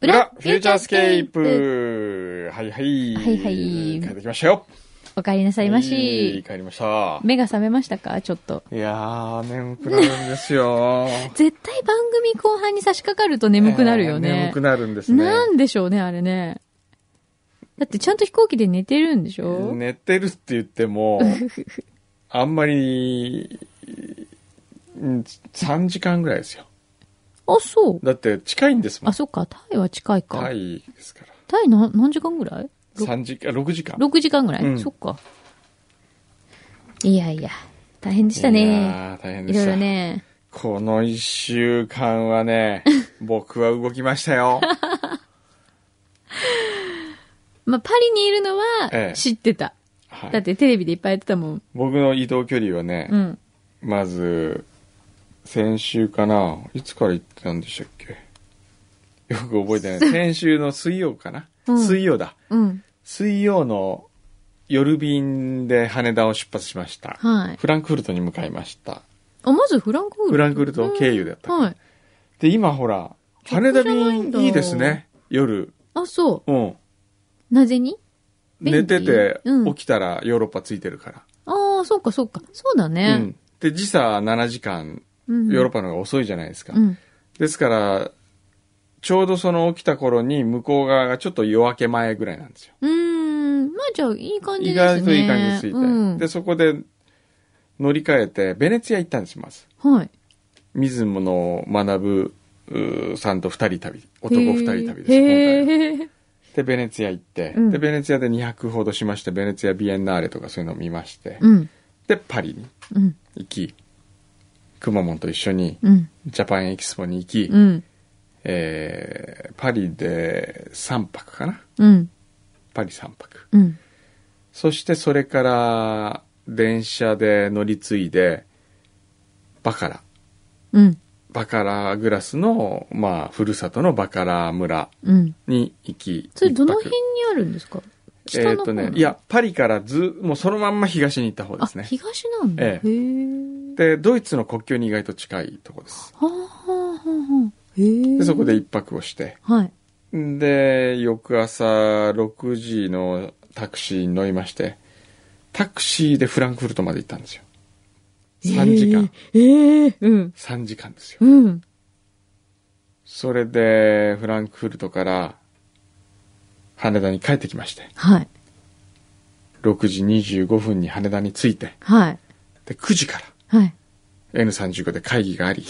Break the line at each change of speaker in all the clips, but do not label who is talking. フューチャースケープはいはい。
はいはい
帰ってきましたよ。
お帰りなさいま
はい
し。
帰りました。
目が覚めましたかちょっと。
いやー、眠くなるんですよ。
絶対番組後半に差し掛かると 眠くなるよ
えー
ね
眠く。なるんですね。
なんでしょうね、あれね。だってちゃんと飛行機で寝てるんでしょ
寝てるって言っても、あんまり、うん3時間ぐらいですよ。
あ、そう。
だって近いんですも
あ、
ん。
そっか。タイは近いか
は。い、ですから。
タイな何時間ぐらい
3時間、6時間。
?6 時間ぐらい、
うん
そっか。いやいや、大変で
で
したね。。
大変で
い
し
ろ
た。
いろね。
この一週間 はね、僕は動きましたよ。
まあ、パリにいるの
え
は
え
知ってた。
はい
だってテレビでいっぱいやってたもん。
僕の移動距離はね、
うん。
まず、先週かな、いつから行ってたんでしたっけよく覚えて ない。先週の水曜かな、
うん
水曜だ。
うん。
水曜の夜便で羽田を出発しました。
はい。
フランクフルトに向かいました。
あ、まずフランクフルト。
フランクフルト経由だった。
はい。
で、今ほら、羽
直
田
じゃない
便
んだ
いいですね。夜。
あ、そ
うん。
う。なぜに便利
寝てて、
うん
起きたらヨーロッパついてるから。
ああ、そうか、そうか。そうだ
う
ね。
ん、で時差7時間
うん。
ヨーロッ
パ
パの方が遅いじゃないですか、
うん。
ですからちょうどその起きた頃に向こう側がちょっと夜明け前ぐらいなんですよ
うーん。まあじゃあ、いい感じ
意
ですね。
外といい感じで着いて、
うん、
でそこで乗り換えてベネツィア行ったんですまず
はい。
水野の学ぶうーさんと2人旅男2人旅です
へ
今回は
ーへー
でベネツィア行って、
うん
でベネツィアで2泊ほどしましてベネツィアビエンナーレとかそういうのを見まして、
うん。
でパリに
うん。
行きくまモンと一緒に
うん。
ジャパンエキスポに行き、
うん。
えーパリで3泊かな
うん。
パリ3泊
うん。
そしてそれから電車で乗り継いでバカラ
うん。
バカラグラスのまあふるさとのバカラ村
うん。
に行き
それ、どの辺
一
にあるんですか北
泊えー
の
っ
方
と
なの、
ねいやパリからずもうそのまんま東に行った方で
あ、
すね
東なんだ。
ええ
へー
でドイツの国境に意外と近いとこです
はあ、はあ、はあ。へー
でそこで1泊をして
はい。
で、翌朝6時のタクシーに乗りまして、タクシーでフランクフルトまで行ったんですよ。3時間。。
ええ。うん。
3時間ですよ。
うん。
それで、フランクフルトから羽田に帰ってきまして、
はい。
6時25分に羽田に着いて、
はい。
で、9時か
はい。
ら N35 で会議があ り、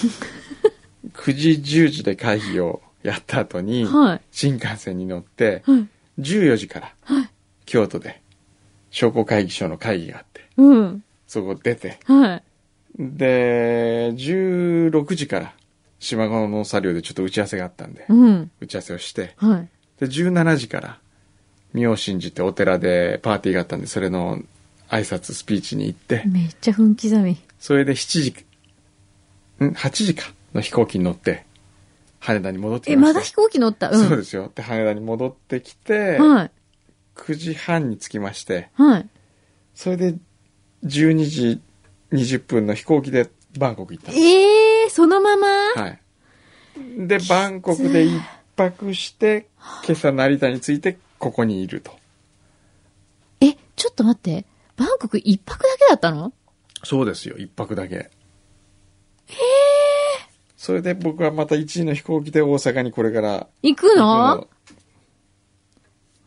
9時10時で会議をやった後に、
はい。
新幹線に乗って、
はい。
14時から
はい。
京都で商工会議所の会議があって、
うん。
そこ出て、
はい。
で、16時から島川の作業でちょっと打ち合わせがあったんで、
うん。
打ち合わせをして、
はい。
で、17時から、身を信じてお寺でパーティーがあったんで、それの挨拶、スピーチに行って、
めっちゃ分刻み。
それで7時、ん ?8 時かの飛行機に乗って、羽田に戻って
え、
きま
ま
し
だ
た。
飛行機乗ったうん。
そうですよ。で、羽田に戻ってきて、
はい。
9時半に着きまして、
はい。
それで12時20分の飛行機でバンコク行ったんです
ええー、そのまま
はい。で、バンコクで一泊して、今朝成田に着いて、ここにいると。
え、ちょっと待って。バンコク一泊だけだったの
そうですよ、一泊だけ。へえ。それで僕はまた1時の飛行機で大阪にこれから
行く
行
の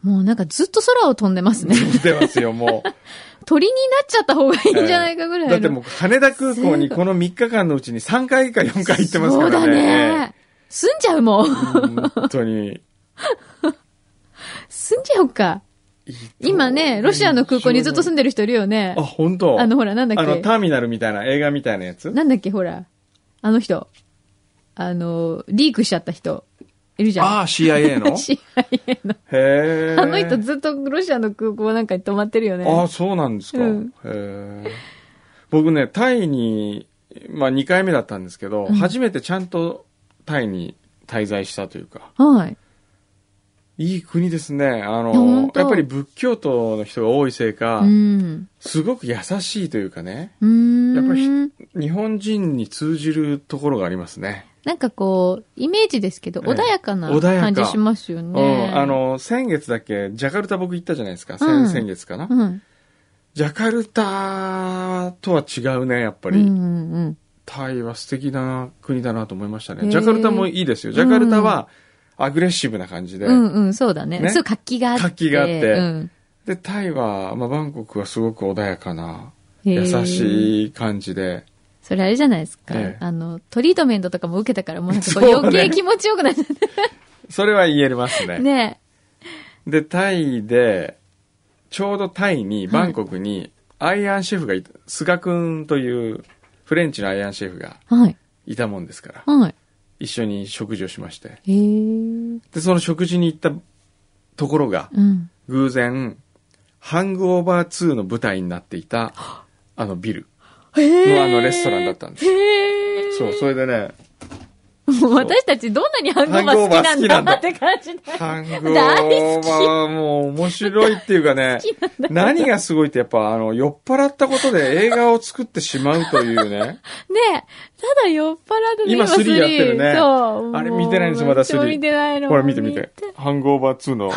もうなんかずっと空を飛んでますね。
くの出ますよ、もう。
鳥になっちゃった方がいいんじゃないかぐらいの。
だってもう羽田空港にこの3日間のうちに3回か4回行ってますからね。
そうだね。住んじゃうもん。
本当に。
住んじゃおうか。今ね、ロシアの空港にずっと住ん
で
でる人いるよね
あ、。本当
あの、ほら、なんだ
あ
っ
の、
け。
ターミナルみたいな、映画みたいなやつ
なんだっけ、ほら。あの人。あの、リークしちゃった人。いるじゃん。
ああ、CIA の
CIA の。
へえ。
あの人ずっとロシアの空港なんかに泊まってるよね。
ああ、そうなんですか。
うん
へえ僕ね、タイに、まあ2回目だったんですけど、
うん
初めてちゃんとタイに滞在したというか、
はい。
いい国ですね。あ
いや本
の、
当
やっぱり仏教徒の人が多いせいか、
うん。
すごく優しいというかね、
うーん。
やっぱり日本人に通じるところがありますね。
なんかこう、イメージですけど、
ええ
穏やかな
穏やか
感じしますよね。
うん、あ、の、先月だけ、ジャカルタ僕行ったじゃないですか。先,、
うん
先月かな、
うん。
ジャカルタとは違うね、やっぱ
うんう
り。
んうん。
タイは素敵な国だなと思いました
へ
ね。
ー
ジャカルタもいいですよ。ジャカルタは、アグレッシブな感じで。
うんうん、そうだね。
ね
そう、活気があって。
活気があって
うん、
で、タイは、まあ、バンコクはすごく穏やかな、優
優い。
しい感じで。
それあれじゃないですか、
ええ
あの、トリートメントとかも受けたから、もうなんかこ
そう
う
ね
余計気持ちよくなっちゃっ
それは言えます ね。
て。ね
で、タイで、ちょうどタイに、バンコクに、アイアンシェフがいた、菅くんという、フレンチのアイアンシェフが
はい。
いたもんですから、
はい。
一緒に食事をしまして。
へえ。うん。
で、その食事に行ったところが、偶然、ハングオーバー2の舞台になっていた、あのビル。
へえ。
のあのレストランだったんです
へえ。
そう、それ でね、
もう私たちどんなにハングオーバー好きなんだ
ハングオーバー好きなんだ
って感じで。
ハングオーバーはもう面白いっていうかね、何がすごいってやっぱあの、酔っ払ったことで映画を作ってしまうという
ね
ね。
え、ただ酔っ払って
今スリーやってるね
そう。
あれ見てないんですまだスリー
もう一応見てないの。
ほら見て見て。ハングオーバー2の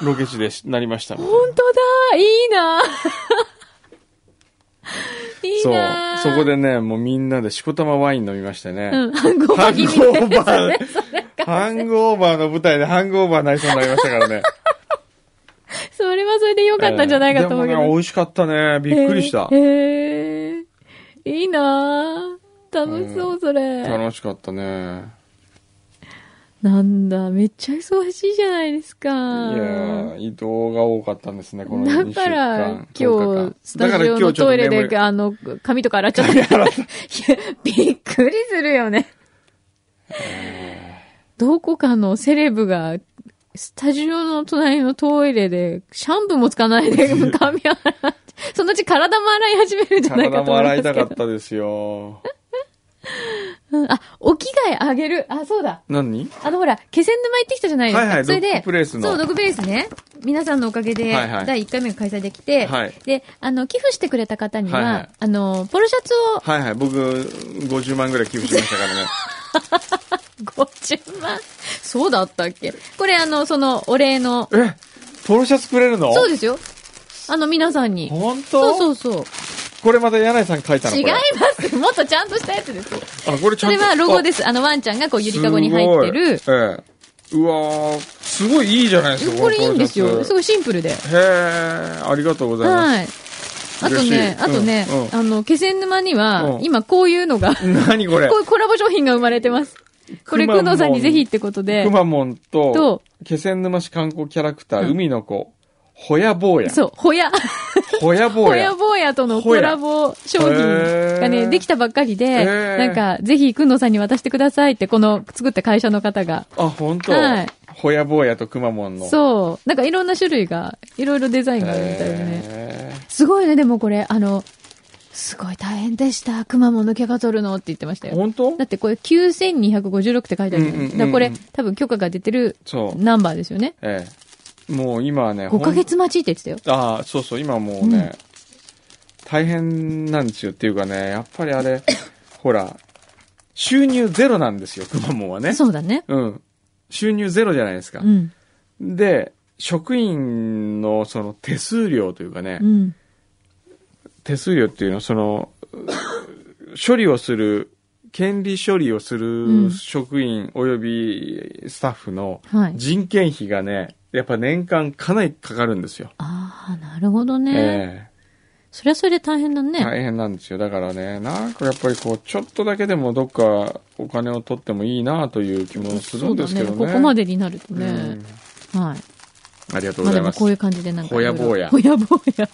ロケ地でしなりましたみたいな
本当だいいないいな
そう。そこでね、もうみんなでしこたまワイン飲みましてね。
うん、ハングオーバ
ハ
ー
ン
気
グ
味で
オーバー、ハングオーバーの舞台でハングオーバーになりそうになりましたからね。
それはそれで良かったんじゃないかと思うけ
えー
ど。
でもね、美味しかったね。びっくりした
へ。えへえいいな楽しそう、それ。
楽しかったね。
なんだ、めっちゃ忙しいじゃないですか。
いやー、移動が多かったんですね、この2
だ
週
から、
間
今。日、スタジオのトイレで、あの、髪とか洗っちゃ った。いやびっくりするよね。どこかのセレブが、スタジオの隣のトイレで、シャンプーもつかない で髪洗って、そのうち体も洗い始めるんじゃないか
体
と
も
思い
洗
ま
い
す
た
け
かっ
ど。
たですよ。
うんあ、お着替えあげる。あ、そうだ。
何
あのほら、気仙沼行ってきたじゃないですか。
はいはい
それで、
ドッグプレイスの
そう、ドッグプレイスね。皆さんのおかげで、
はいはい
第1回目が開催できて、
はい
で、あの、寄付してくれた方には、
はいはい
あの、ポロシャツを
はいはい、僕、50万ぐらい寄付しましたからね。
50万。そうだったっけこれあの、その、お礼の、
えポロシャツくれるの
そうですよ。あの、皆さんに。
本当
そうそうそう。
これまた柳井さん書いたの
違い
これ
ます。もっとちゃんとしたやつですよ。
あ、これち
そ
ゃんと。。
れはロゴですす。あの、ワンちゃんがこう、ゆりかごに入ってる。
すごいええ。うわー、すごいいいじゃないですか、
これいいんです
この
よ。
ポロシ
すごいシンプルで。
ャツへー、ありがとうございます。
はい。あとね、あと
嬉しい
ね
うんう、ん
あの、気仙沼には
う、ん
今こういうのが、
何こ れ
こういうコラボ商品が生まれてます。これ、
くまモ
久
ン
能さんにぜひってことで
く、まモンと
と、
気仙沼市観光キャラクター、
うん
海の子、ほやぼうや。
そう、ほや、
ほやぼ
ほ
う
や
や。
ぼうやとのコラボ商品が
へ
ね、
ー
できたばっかり
へ
で、
ー
なんか、ぜひ久能さんに渡してくださいって、この作った会社の方が。
あ、本当
はい。
ほやぼうやとくまモンの。う。
そう。なんかいろんな種類が、いろいろデザインがあるみたいでね。すごいね、でもこれ、あの、すごい大変でした。くまモンの許可取るのって言ってましたよ。
本当
だってこれ9256って書いてあるじゃないですか。だからこれ多分許可が出てる
そう。
ナンバーですよね。
ええ。もう今はね、
5ヶ月待ちって言ってたよ。
ほんああ、そうそう、今もうね、大変なんですよっていうかね、やっぱり あれ、ほら、収入ゼロなんですよ、くまモンはね。
そうだね。
うん。収入ゼロじゃないですか
う。ん。
で、職員のその手数料というかね、
うん。
手数料っていうのはその、処理をする、権利処理をす
う
る
ん
職員及びスタッフの
はい
人件費がね、やっぱ年間かなりかかるんですよ。
ああ、なるほどね。
え
それはそれで大変だ
え
ね。
大変なんですよ。だからね、なんかやっぱりこう、ちょっとだけでもどっかお金を取ってもいいなという気もするんですけどね。
ここまでになると
う
ね
ん。
はい。
ありがとう
ま
ご
あ
ざ
で
いま
も
す。
こういう感じでなんかいろいろ。
ほや
ほ
ぼ
やぼうや。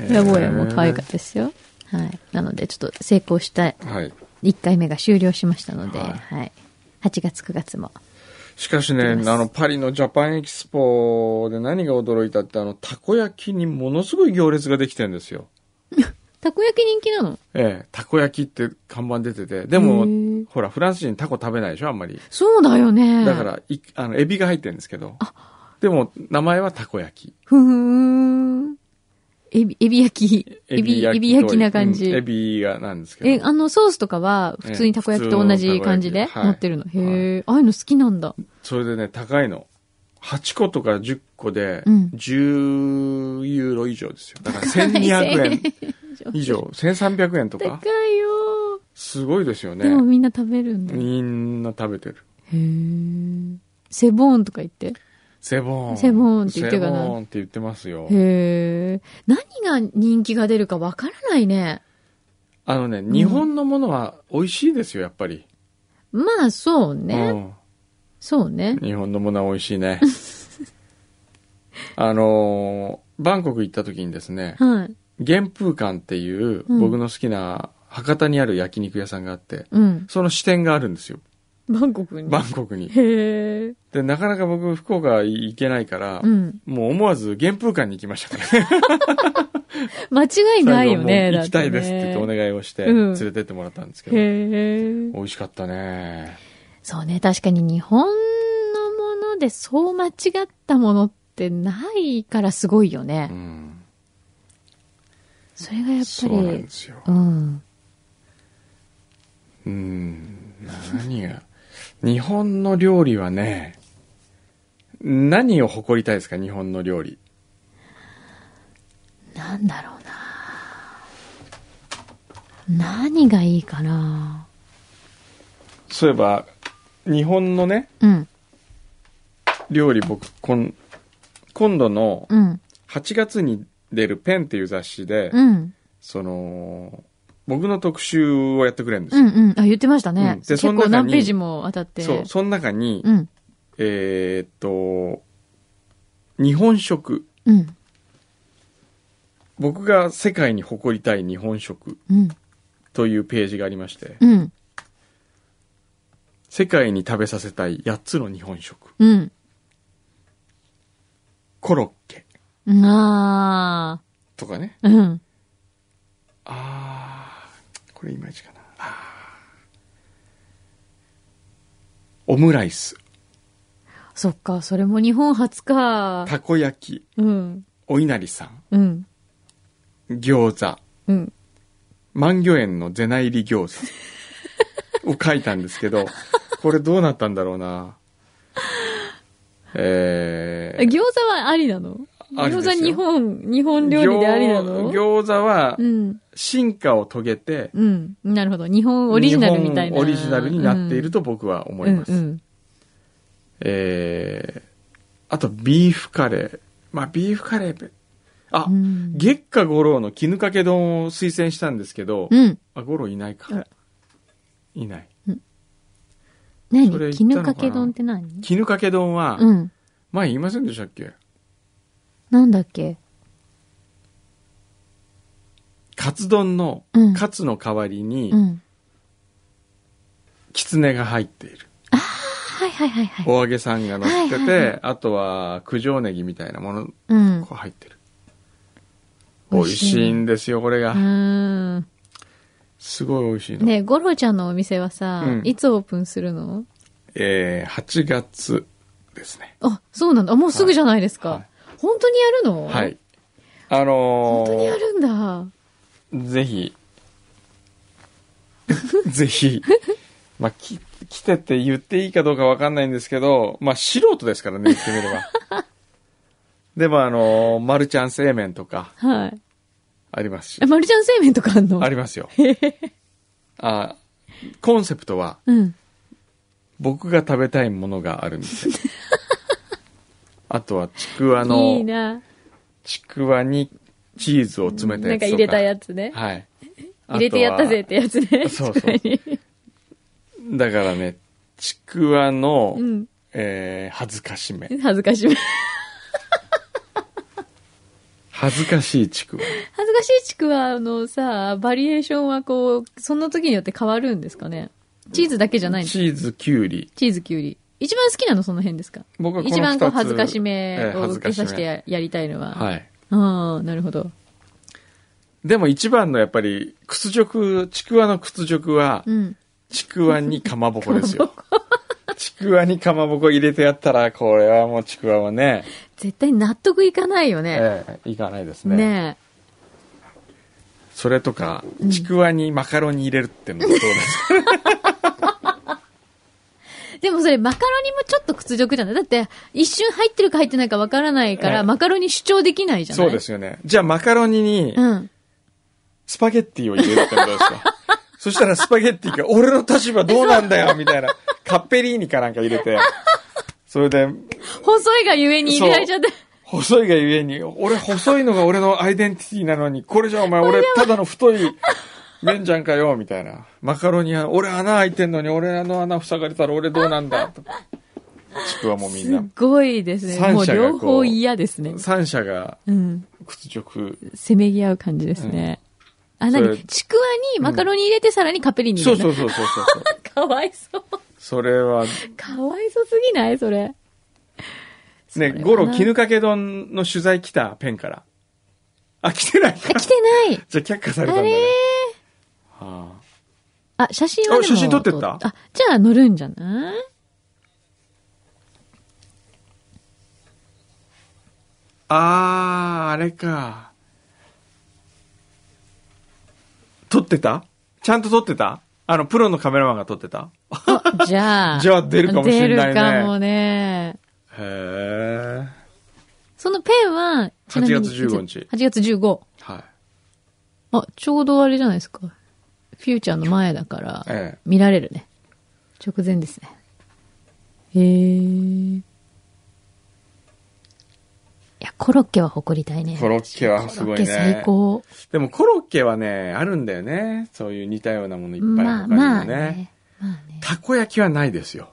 え
ほ
え
やぼうやも可愛かったですよ。はい。なのでちょっと成功した
はい。
1回目が終了しましたので、
はい
はい。8月9月も。
しかしね、あ
行きます
の、パリのジャパンエキスポで何が驚いたって、あの、たこ焼きにものすごい行列ができてるんですよ。
たこ焼き人気なの
ええ、たこ焼きって看板出てて。で
へ
も
え、
ほら、フランス人タコ食べないでしょ、あんまり。
そうだよね。
だか。ら、いあの、エビが入ってるんですけど。でも、名前はたこ焼き。
ふーん。エビ、エビ焼き。エビ、エビ焼きな感
う
じ
ん。エビがなんですけ
え、
ど。
あの、ソースとかは、普通にたこ焼きと同じ感じ
ええ
で
普通の
乗ってるの。
たこ焼きはい
へえ、ああいうの好きなんだ。
それでね、高いの。8個とか10個で、
うん
10ユーロ以上ですよ。だから
高
1200
い
円以上、1300円と
高
か。
いよ
すごいです
ー。
よ
でも
ね。
みんな食べるんだ。へ
みんな食べてる。
え。セボーンとか言って。
セボーン。
セボーンって言ってるかな
セボーンって言ってますよ。
へえ。何が人気が出るかわからないね。
あのね、日本のものは美味しいですよ、やっぱり。
まあ、そうね。そうね
うん。。日本のものは美味しいね。 あのーバンコク行った時にですね、
はい。
玄風館っていう
うん
僕の好きな博多にある焼肉屋さんがあって、
うん。
その支店があるんですよ。
バンコクに。
バンコクに。
へえ。
で、なかなか僕福岡行けないから、
うん。
もう思わず玄風館に行きましたからね。
間違いないよね。
最後もう行きたいですって言ってお願いをして連れてってもらったんですけど、
へえ。
美味しかったね。
そうね、確かに日本のものでそう間違ったものってないからすごいよね。
うん。
それがやっぱ
そうなん
り
で、すよ。
うん。
うん。何が。日本の料理はね、何を誇りたいですか、日本の料理。
なんだろうな。何がいいかな。
そういえば、日本のね、
うん、
料理僕、こん今度の
うん、
8月に出るペンっていう雑誌で、
うん、
その、僕の特集をやってくれるんです
う
よ。
ん、うん。あ、言ってましたね。
うんで
結
その中
構
に
何ページも当たって。
そう、その中に、
うん、
えーっと、日本食。
うん、
僕が世界に誇りたい日本食
うん、
というページがありまして、
うん、
世界に食べさせたい8つの日本食。
うん。
コロッケ
な
とかね。
あ、うん。
あー、これいまいちかな。あーオムライス、
そっか、それも日本初か。
たこ焼き、
うん、
お稲荷さん、
うん、
餃子、
うん。
万魚園のゼナ入り餃子を書いたんです けど、これどうなったんだろうな。えー、
餃子はありなの
ありで
餃
すよ
子日本、日本料理でありなの
餃餃子は
うん。
進化を遂げて、
うん。なるほど。日本オリジナルみたいな。
日本オリジナルになっている
と
と僕は思います。
うんうん
えー、あとビーフカレー。まあビーフカレー、あ、
うん
月下五郎の絹かけ丼を推薦したんですけど、
うん。
あ、五郎いないか
あら。
いない。それ
何
言った
絹
のかな
かけ丼って何
絹かけ丼は、
うん。
前言いませんでしたっけ
なんだっけ
カツ丼の
うん、
カツの代わりに
う、ん。
キツネが入っている。
はいはいはいはい。
お揚げさんが乗ってて、
はいはいは
あとは九条ネギみたいなもの
うん。
こう入ってる。
美
美
味
味
しい
しいんですよ、これ
う
が。
ーん。
すごい美味しいの。
ねえゴロちゃんのお店はさ
う、ん
いつオープンするの
えー、8月ですね。
あ、そうなんだ。あもうすぐじゃないです
はいは
か
い。
本当にやるの
はい。。あ
本
の
当にや
ー、
るんだ。
ぜひ、 ぜひ、まあ、き、来てって言っていいかどうかわかんないんですけど、まあ、素人ですからね、言ってみれば。 でも、あのー、マルちゃん製麺とか
はい。
ありますし
え、、マルちゃん製麺とかあんの
ありますよ。あコンセプトは、
うん。
僕が食べたいものがあるん ですよ。あとは、ちくわ
いい
の、
な。
ちくわにチーズを詰めた
なん
やつと
か入
か。
れたやつね。
はい。
入れてやったぜってやつね。
そうそう
確かに
あとは。だからね、ちくわの、
うん。
えー、恥ずかしめ。
恥ずかしめ。
恥ずかしいちくわ。
恥ずかしいちくわのさ、バリエーションはこう、その時によって変わるんですかね。チーズだけじゃないのチ
チーズ、きゅうり。
ーズ、きゅうり。一番好きなのその辺ですか
僕はこの
一番こう
二つ
恥ずかし
え
め
え
を
恥ず
受け
かしめ
させてややりたいのは。
はい。
ああ、なるほど。
でも一番のやっぱり、屈辱、ちくわの屈辱は
う、ん。
ちくわにかまぼこで すよ。 ちくわにかまぼこ入れてやったら、これはもうちくわはね、
絶対納得いかないよね。
ええいかないですね。
ねえ。
それとか、ちくわにマカロニ入れるっていうのもどうですか、
でもそれ、マカロニもちょっと屈辱じゃないだって、一瞬入ってるか入ってないかわからないか
ええ
ら、マカロニ主張でき ないじゃない
そうで。すよね。じゃあマカロニに
うん。
スパゲッティを入れるってことですか そしたらスパゲッティが俺の立場どうなんだ よみたいな、カッペリーニかなんか入れて、それで、
細いがゆえに入れられちゃって。
細いがゆえに、俺細いのが俺のアイデンティティなのに、これじゃお前俺ただの太い麺じゃんかよ、みたいな。マカロニは、俺穴開いてんのに俺の穴塞がれたら俺どうなんだ、とか。ちくわもみん
すっ
な。
ごいですね。も
三
う
者
両
がこう
方嫌ですね。
三者が
うん。
屈辱。
せめぎ合う感じですね。あ、な
それ
にちくわにマカロニ入れて、さらにカペリーニ入
そ
れ
う
る
そうそうそうそう。
かわいそう。
それは、
かわいそうすぎないそれ。
ね、
それはな
ゴロ絹かけ丼の取材来たペンから。あ、来てないか
あ、。来てない
じゃあ却下された
あ
んだね
れー。
は
あ、写真はでも
あ写真撮ってった
あ、じゃあ乗るんじゃない
ああー、あれか。撮ってたちゃんと撮ってたあの、プロのカメラマンが撮ってた
あじゃあ。
じゃあ出るかもしれないね
出るかもね。
へえ。
そのペンは、ちなみに
8月15日
8月15。
はい。
あ、ちょうどあれじゃないですか。フューチャーの前だから、
ええ
見られるね。直前ですね。へえ。いや、コロッケは誇りたいね。
コロッケはすごい
コ
ね
ロッケ最高。
でもコロッケはね、あるんだよね。そういう似たようなものいっぱい
まあ
他にもね。
まあね。まあね。
たこ焼きはないですよ。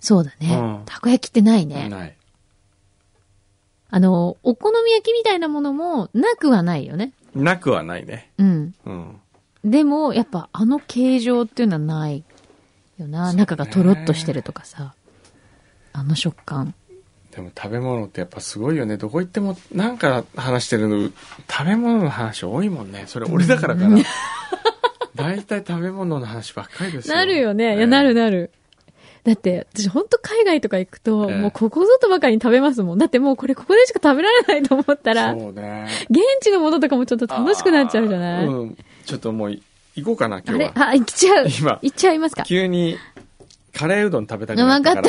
そうだね。
うん
たこ焼きってないね。
ない。
あの、お好み焼きみたいなものもなくはないよね。
なくはないね。
うん。
うん。
でも、やっぱあの形状っていうのはないよな。中がとろっとしてるとかさ。あの食感。
でも食べ物ってやっぱすごいよね。どこ行ってもなんか話してるの、食べ物の話多いもんね。それ俺だからかな。大体食べ物の話ばっかりですよ。
なるよね。い
ええ
や、なるなる。だって、私ほんと海外とか行くと、
ええ
もうここぞとばかりに食べますもん。だってもうこれここでしか食べられないと思ったら、現
そうね。
地のものとかもちょっと 楽しくなっちゃうじゃないあ,、
あーうん。ちょっともうい、行こうかな、今日
れ
は。
あ、行っちゃう。
今
行っちゃいますか。
急に、カレーうどん食べたくなったか
わか。
ら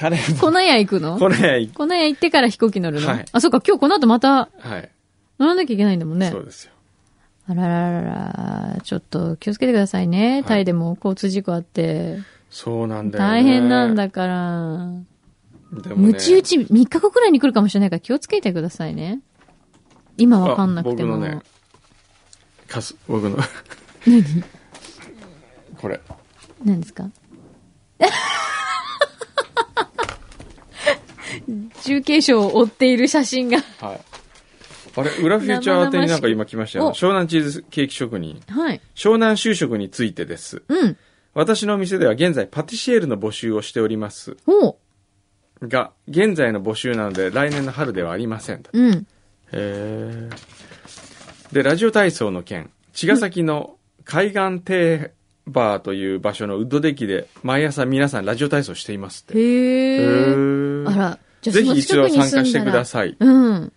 カ レーうど
粉
ん。
屋行くの
これ、
粉屋行ってから飛行機乗るの、
はい
あ、そっか、今日この後また
はい。
乗らなきゃいけないんだもんね
そ。うですよ。
あららららら、ちょっと気をつけてくださいね。
い
タイでも交通事故あって、
そうなんだよね。
大変なんだから。
でもね。
むち打ち3日後くらいに来るかもしれないから気をつけてくださいね。今わかんなくても。
あ僕のね、かす、僕の。これ。
何ですか 重軽傷を追っている写真が。
はい。あれ、裏フューチャー宛てになんか今来ましたよ。
お
湘南チーズケーキ職人。
はい。
湘南就職についてです。
うん。
私の店では現在パティシエールの募集をしております。
おう。
が、現在の募集なので来年の春ではありません。
うん。
へーで、ラジオ体操の件。茅ヶ崎の海岸堤バーという場所のウッドデッキで毎朝皆さんラジオ体操していますって。
へ
へ
え。
ー
あら。じゃあ
ぜ
その
ひ一
近
度
くに
参加
住
して
ん
く
だ
だ
ら。
さい。
うん。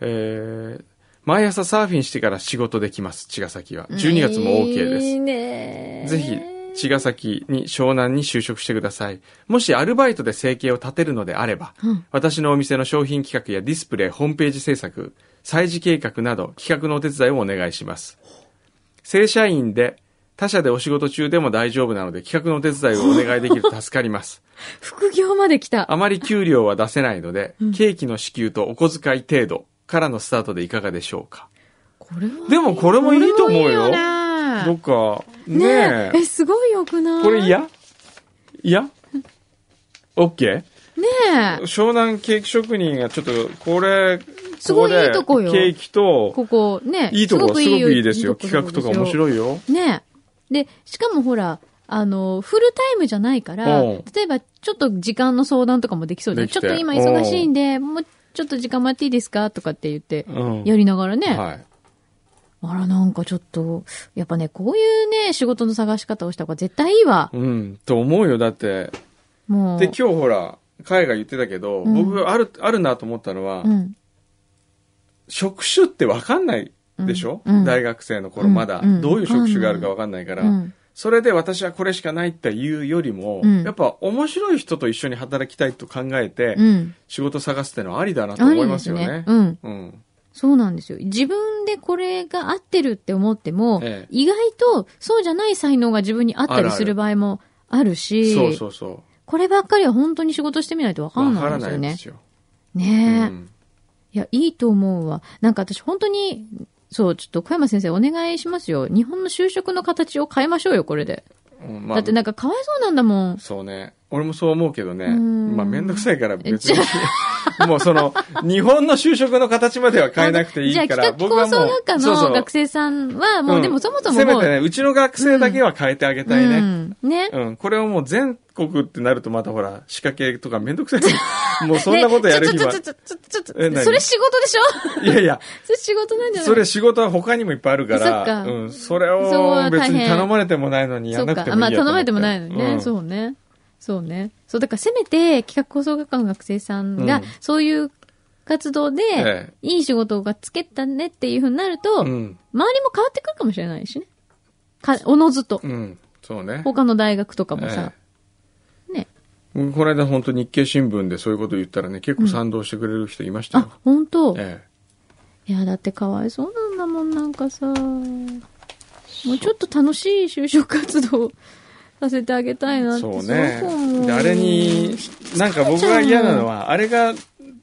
えー毎朝サーフィンしてから仕事できます、茅ヶ崎は。12月も OK です。
いいね。
ぜひ、茅ヶ崎に湘南に就職してください。もしアルバイトで生計を立てるのであれば、
うん
私のお店の商品企画やディスプレイ、ホームページ制作、催事計画など企画のお手伝いをお願いします。正社員で他社でお仕事中でも大丈夫なので企画のお手伝いをお願いできると助かります。
副業まで来た。
あまり給料は出せないので、ケーキの支給とお小遣い程度からのスタートでいかがでしょうか。
これは。
でもこれもいいと思うよ
これもいい
ど
ね
っか、
ね
ね
え。
え。
え、すごいよくない
これ嫌嫌 ?OK?
ねえ。
湘南ケーキ職人がちょっと、これ、
すごい
ここで
いいとこよ
ケーキと、
ここ、ね
いいとこ、すごく
よ
いいですよ。企画とか面
い
白いよ。
い。ねえ。で、しかもほら、あの、フルタイムじゃないから、
うん
例えばちょっと時間の相談とかもできそうで、
でき
ちょ
て
っと今忙しいんで、もうちょっと時間もらっていいですかとかって言って、
うん。
やりながらね、
はい。
あら、なんかちょっと、やっぱね、こういうね、仕事の探し方をした方が絶対いいわ。
うん。と思うよ。だって、
もう。
で、今日ほら、海外言ってたけど、
うん
僕、ある、あるなと思ったのは
う、ん。
職種ってわかんないでしょ、
うん
大学生の頃まだ、
うんうん
どういう職種があるかわかんないから、
うん
それで私はこれしかないっていうよりも、
うん
やっぱ面白い人と一緒に働きたいと考えて、
うん。
仕事探すってのはありだなと
あ
思い
り
ま
ですす
よ
ね
ね。。
うん。
うん。
そうなんですよ。自分でこれが合ってるって思っても、
ええ
意外とそうじゃない才能が自分にあった
あるあ
り
る
する場合もあるし、
そうそうそ
こればっかりは本当に仕事してみないとわ
う。
か
わ
ん
か
ない
ら
んです
な
よ
いんで
ね。
すよ。
ねえ、
うん
いや、いいと思うわ。なんか私本当に、そう、ちょっと小山先生お願いしますよ。日本の就職の形を変えましょうよ、これで。
うんま
だ
あ
って、なんかかわいそうなんだもん。
そうね。俺もそう思うけどね。
うん
まあ、めんどくさいから別に。 もうその、日本の就職の形までは変えなくていいから、
じゃあ企
僕
画
は
構
もう
想学科
そうそ
の
う
学生さんは、もう、
ん
でもそもそもも
せ
う、
めてね、うちの学生だけは変えてあげたいね。
うん、ね。
うん、これをもう全国ってなるとまたほら、仕掛けとかめんどくさい から。もうそんなことやる日は
ね。ちょ、ちょ、ちょ、ちょ、ちょ、ち
え
ょ
何
それ仕事でしょ
いやいや、
それ仕事なんじゃない
それ仕事は他にもいっぱいあるか
そっ
ら、
か
うん、それ
そこ
を
は大
別
変
に頼まれてもないのにや
そ
ん
う
な
か
くてもいいや
あ
と
まあ、頼まれて
思
も
って
ないのにね、
うん
そうね。そうね。そう、だからせめて企画構想学科の学生さんが、
うん
そういう活動で、
ええ
いい仕事がつけたねっていうふうになると、
う
周り
ん、
も変わってくるかもしれないしね。か、おのずと。
うん、そうね。
他の大学とかもさ。ね。
僕この間本当日経新聞でそういうこと言ったらね、結構賛同してくれる人いましたよ。
あ、本当、
え
いや、だってかわいそうなんだもん、なんかさ。もうちょっと楽しい就職活動させてあげたい
え
なって。
そう
すごく思
ね。
う
であれに、なんか僕が嫌なのは、あれが、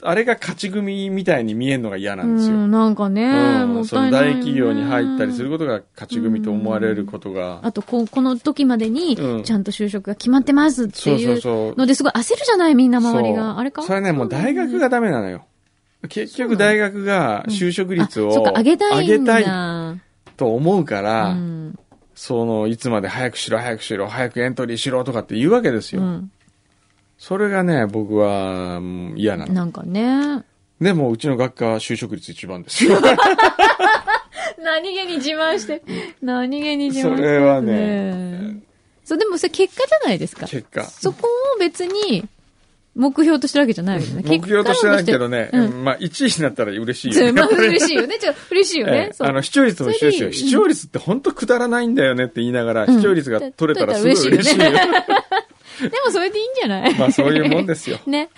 あれが勝ち組みたいに見えるのが嫌なんですよ。
う
うん
ん、なんかね、も
そ
った
の
いない、
大
ね。
企業に入ったりすることが勝ち組と思われることが、
あとこう、この時までに
うん、
ちゃんと就職が決まってますってい
そう
う
そうそう
のですごい焦るじゃないみんな周り
そう
が。あれか
それね、もう大学がダメなのよ。結局大学が就職率を
あそっか、上げたいんだ。
上げたいと思うから、
うん。
その、いつまで早くしろ、早くしろ、早くエントリーしろとかって言うわけです
う
よ。
ん。
それがね、僕はうん嫌なの。
なんかね。
でも、うちの学科は就職率一 番ですよ。
何気に自慢して。何気に自慢して、
それはね。
そう、でもそれ結果じゃないですか。
結果。
そこを別に目標としてるわけじゃないわけね。
目標としてないけどね、
う
うんまあ、1位になったら嬉しい
結果
よ
論として。ま
ね
あ。嬉しいよね。ちょっと嬉しいよ
え
ね
え。
そう
あの、視聴率も一緒です
う
よ。
ん
視聴率って本当くだらないんだよねって言いながら、
うん
視聴率が取れたらすごい嬉しいよ。
取れでもそれでいいんじゃない
まあ、そういうもんですよ。
ね。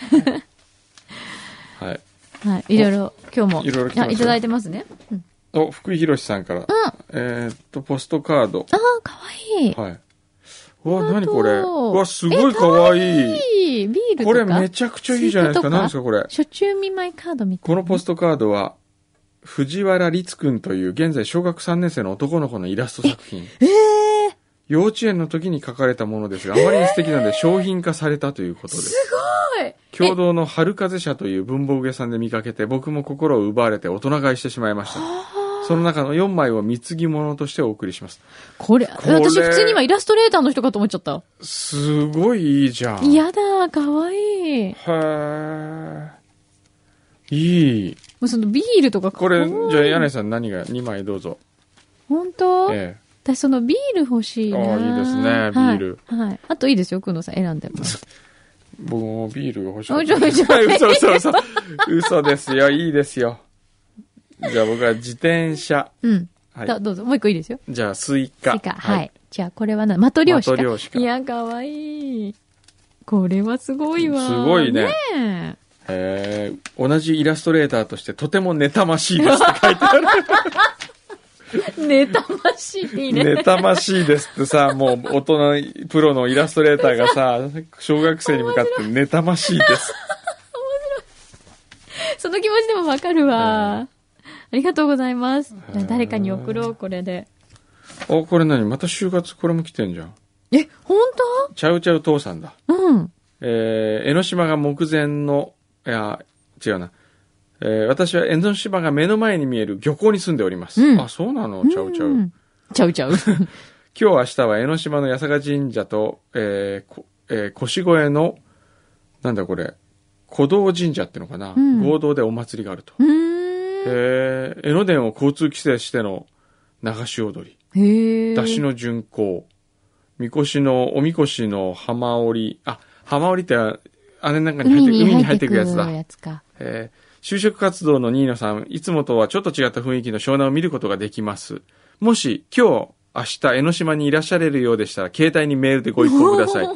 はい。
はい。いろいろ、今日も。
いろいろ来てます
あ
よ
いただいてますね。うん、
お、福井博さんから。えーっと、ポストカード。
ああ、かわいい。
はい。うわ、
あ
何
と
これ。うわ、すごいかわいい。
いいビールとか。
これめちゃくちゃいいじゃないです
ス
か。
イカと
何ですか、これ。
初中見舞いカードみたい
このポストカードは、藤原律くんという現在小学3年生の男の子のイラスト作 品。
な。ええー、
幼稚園の時に書かれたものですが、あまりに素敵なので商品化されたということです。
ごい。
共同の春風社という文房具屋さんで見かけて、僕も心を奪われて大人買いしてしまいました。その中の4枚を貢ぎ物としてお送りします。
これ、
これ
私普通に今イラストレーターの人かと思っちゃった。
すごいいいじゃん。
いやだ、かわいい。も
へえ。いい。
うそのビールとか
これ、じゃあ、柳
い。
井さん何が、2枚どうぞ。
本当、
え
私そのビール欲しいな。
あーいいですねビール
はい。はい。あといいですよ、くんのさん選んでもらって。
え。僕もビールが欲しい。
あちょちょ
嘘嘘嘘。嘘ですよ、いいですよ。じゃあ僕は自転車。
うん。
はい
だ。どうぞ、もう一個いいですよ。
じゃあ、スイ
ス
カ。
イカはい。。じゃあ、これはな、的漁師か。
的漁師か
いや、かわいい。これはすごいわ。
すごいね
ね
えー同じイラストレーターとしてとても妬ましいですって書いてある。
え。妬まし い。いいね。
妬ましいですってさ、もう大人、プロのイラストレーターがさ、小学生に向かって妬ましいです。
その気持ちでもわかるわ。ありがとうございます。じゃあ誰かに送ろう、これで。
お、これ何また就活これも来てんじゃん。
え、本
ちゃうちゃう父さんだ。
当うん。
えー江ノ島が目前の、いや、違うな。えー私は江ノ島が目の前に見える漁港に住んでおります。
うん
あ、そうなのちゃうちゃう。
ん。ちゃうち ゃう。
今日明日は江ノ島の八坂神社と、えーこえー越越の、なんだこれ、古道神社ってのかな、
うん
合同でお祭りがあると。
うーん。
えー江ノ電を交通規制しての流し踊り、
へえ。
出汁の巡行、みこしの、おみこしの浜織り、あ、浜織りってあれの中に入って
海
く、
に
海
入
に入
っ
って
て
く
く
や
や
つ
つ
だ
だ。。やつか。
え就職活動のニーノさん、いつもとはちょっと違った雰囲気の湘南を見ることができます。もし、今日、明日、江ノ島にいらっしゃれるようでしたら、携帯にメールでご一報くだ さい。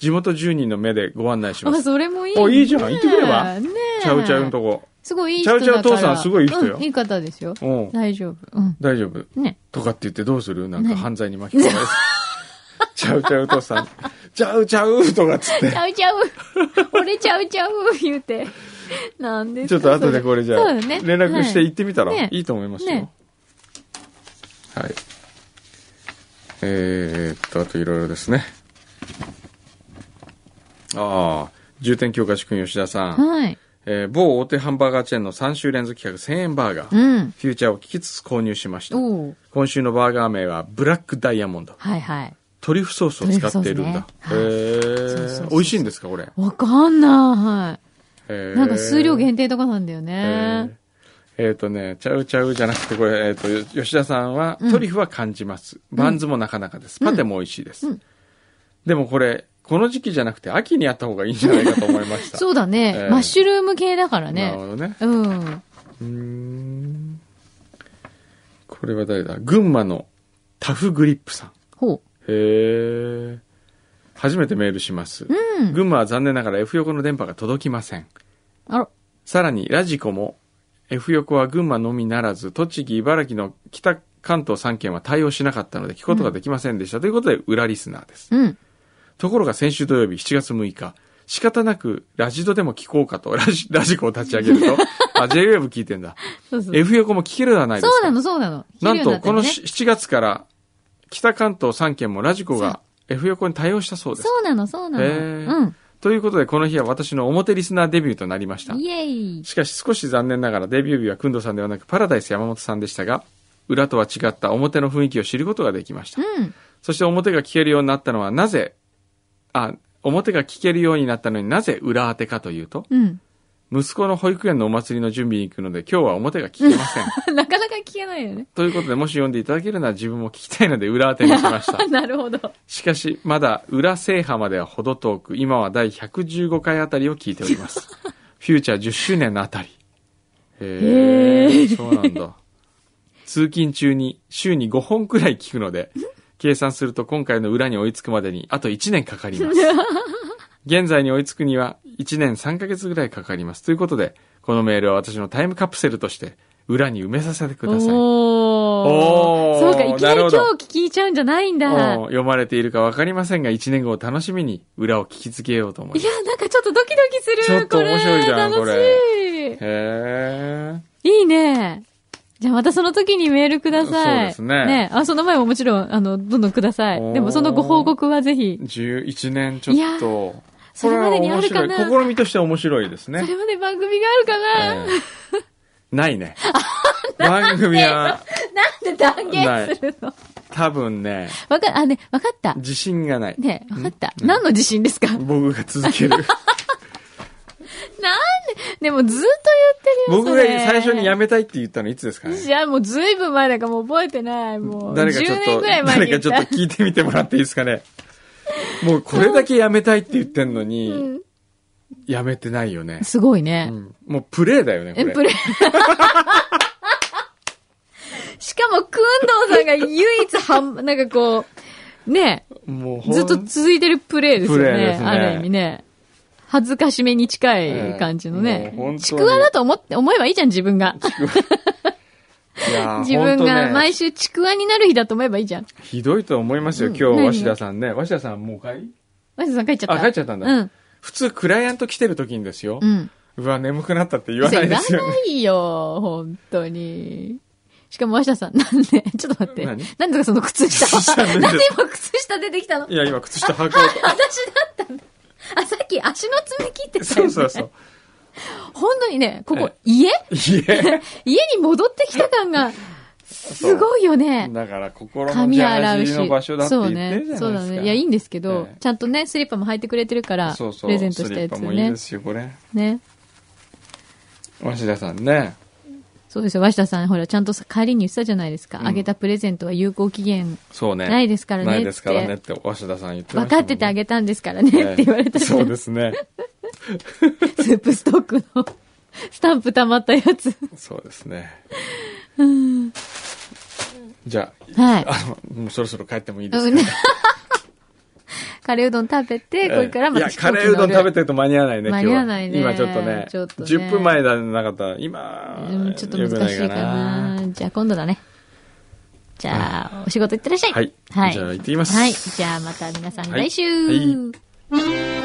地元住人の目でご案内しま
あ、
す。
それもいい、
おいいじゃん行ってくれば
ねえ
ちゃうちゃうのとこ。
すごいいい人だから
ちゃうちゃう父さんすごいいい人よ
うんいい方ですよ。
うん。
大丈夫。うん。
大丈夫。
ね。
とかって言ってどうするなんか犯罪に巻き込まれ て。ちゃうちゃうとさん、ちゃうちゃうとかっつって
ち。ゃう ちゃう。俺ちゃうちゃう言うて。なんです
ちょ
か
っと
そ
後でこれじゃ
そ
あ、
うだね。
連絡して
はい
行ってみたら
ね
いいと思いますよ。
ね
はい。えー、っと、あといろいろですね。ああ、重点強化主君吉田さん。
はい。
えー某大手ハンバーガーチェーンの3週連続企画1000円バーガー。
うん。
フューチャーを聞きつつ購入しました。
おう
今週のバーガー名はブラックダイヤモンド。
はいはい。
トリュフソースを使っているんだ。へ
トリ
え
そうそうそう
美味しいんですか、これ。
わかんない。
な
なんか数量限定とかなんだよ
え
ね。
ーえーとね、ちゃうちゃうじゃなくて、これ、えーと、吉田さんは、
うん
トリュフは感じます。バンズもなかなかです。パテも美味しいです。
うん
でもこれ、この時期じゃなくて、秋にやった方がいいんじゃないかと思いまし た。
そうだね、
えー
マッシュルーム系だから
なるほ
ね。
どね。
うん。
うーん。これは誰だ群馬のタフグリップさん。
ほ
へえ。初めてメールします。
う。うん。
群馬は残念ながら F 横の電波が届きません。
あら。
さらにラジコも F 横は群馬のみならず栃木茨城の北関東3県は対応しなかったので聞くことができませんでした、ということで裏リスナーです
うん。
ところが先週土曜日7月6日仕方なくラジドでも聞こうかとラジラジコを立ち上げると あ JWEB 聞いてんだ
そうそう。
F 横も聞けるではないです
そう
か
なの、そうなの。
なんとこの
し
7月から北関東3県もラジコが F 横に対応したそうです
そうなの、そうな
へ
の
ー。ということでこの日は私の表リスナーデビューとなりました
うん。イエイ。
しかし少し残念ながらデビュー日は工藤さんではなくパラダイス山本さんでしたが、裏とは違った表の雰囲気を知ることができました。
うん。
そして表が聞けるようになったのはなぜ、あ、表が聞けるようになったのになぜ裏当てかというと、
うん。
息子の保育園のお祭りの準備に行くので今日は表が聞けません。
なかなか聞けないよね。
ということでもし読んでいただけるなら自分も聞きたいので裏当てにしました。
なるほど。
しかし、まだ裏制覇までは程遠く、今は第115回あたりを聞いております。フューチャー10周年のあたり。へ
へ
え、そうなんだ。通勤中に週に5本くらい聞くので、計算すると今回の裏に追いつくまでにあと1年かかります。現在に追いつくには1年3ヶ月ぐらいかかります。ということで、このメールは私のタイムカプセルとして裏に埋めさせてください。
お
おー
ーそうか、いきな
な
り
る
今
ほ
日
ど
聞いちゃうんじゃないんだ。い
うん読まれているか分かりませんが、1年後を楽しみに裏を聞きつけようと思います。
や、なんかちょっとドキドキする。
ちょっと面白いじゃん
これ。楽し
へえ。
い。いいね。じゃあまたその時にメールください。
そうですね
あ、その前ももちろん、あの、どんどんくださ
お
い。
ー
でもそのご報告はぜひ、
11年ち
い
ょ
や
っと。
それまでにあるかな
これは面白い試みとしては面白いです
そ
ね。
れまで番組があるかな、
ええな いね。番組は
なんで断言するの
多分ね、
わか、あ、ね、わかった。
自信がない。
ね、わかった。何の自信ですか
僕が続 ける。
でもずっと言ってるよ
僕が最初にや
め
めたいって言ったのいつですかね。
いや、もうずいぶん前だからもう覚えてない。もう、10
誰かちょっ
年
と、
ぐらい前に
誰
言
か
った。
ちょっと聞いてみてもらっていいです かね。もうこれだけやめたいって言ってんのに、やめてないよね。
すごいね
う。んもうプレイだよね、こ
え、
れ。
プレイ。 しかも、くんどうさんが唯一はん、なんかこう、ね、
もうほん
ずっと続いてるプレイですよ
プレイ
ね。
ですね
ある意味ね。恥ずかしめに近い感じのね
ええもう本当。に
ちくわだと思って、思えばいいじゃん、自分 が。
いやー
自分
ほんと
が
ね
毎週ちくわになる日だと思えばいいじゃん。
ひどいと思いますよ、
うん
今
何
日、鷲田さんね。鷲田さんもう帰り
マジさん帰っちゃった。
あ、帰っちゃったんだ。
うん。
普通、クライアント来てる時にですよ。
うん。
うわ、眠くなったって言わないですよ
言
ね。
わないよ、本当に。しかも、鷲田さん、なんで、ちょっと待って。
何
なんでその靴
靴
下
下
は
脱いで
なんで今靴下出てきたの
いや、今、靴下履こう
私だったんだ。あ、さっき足の爪切って た
と。そ
よ、
う
ね。
そうそう。
本当にね、ここ
え、
家
いえ。
家に戻ってきた感が、すごいよ ね。
だから、心の
髪
ジ
洗
ャー
う
ジ
し。
の場所だって言
そ
っ
う
てる
ね。
じゃないですか。
そうだね。いや、いいんですけど、
ええ
ちゃんとね、スリッパも履いてくれてるから、
そうそ
プ
う。
レゼントしたやつ
スリッパもいい
ね
で。すよ、これ。
ね。
鷲田さんね。
そうですよ。鷲田さん、ほら、ちゃんとさ帰りに言ってたじゃないですか。
ん
あ、げたプレゼントは有効期限
そうね。
ないですからね
ないですからねって、鷲田さん言ってま
分か
したもんね。
っててあげたんですからね、
ええ
って言われたじゃ
そ
ん
うですね。
スープストックのスタンプ溜まったや つ。
そうですね。じゃ
はい
あ、。あの、もうそろそろ帰ってもいいです
う
か
ん カレーうどん食べて、これからまた
いや、カレーうどん食べ
て。
てると間に合わないね、今日
間
は。
に合わないね
今ちょっとね。
ちょっとね
10分前だなかったら、今、
うん、ちょっと難しいかな。じゃあ今度だね。じゃあ、お仕事行ってらっしゃい。
はいじゃあ行ってきます
はい。じゃあまた皆さん
はい
来週。
はい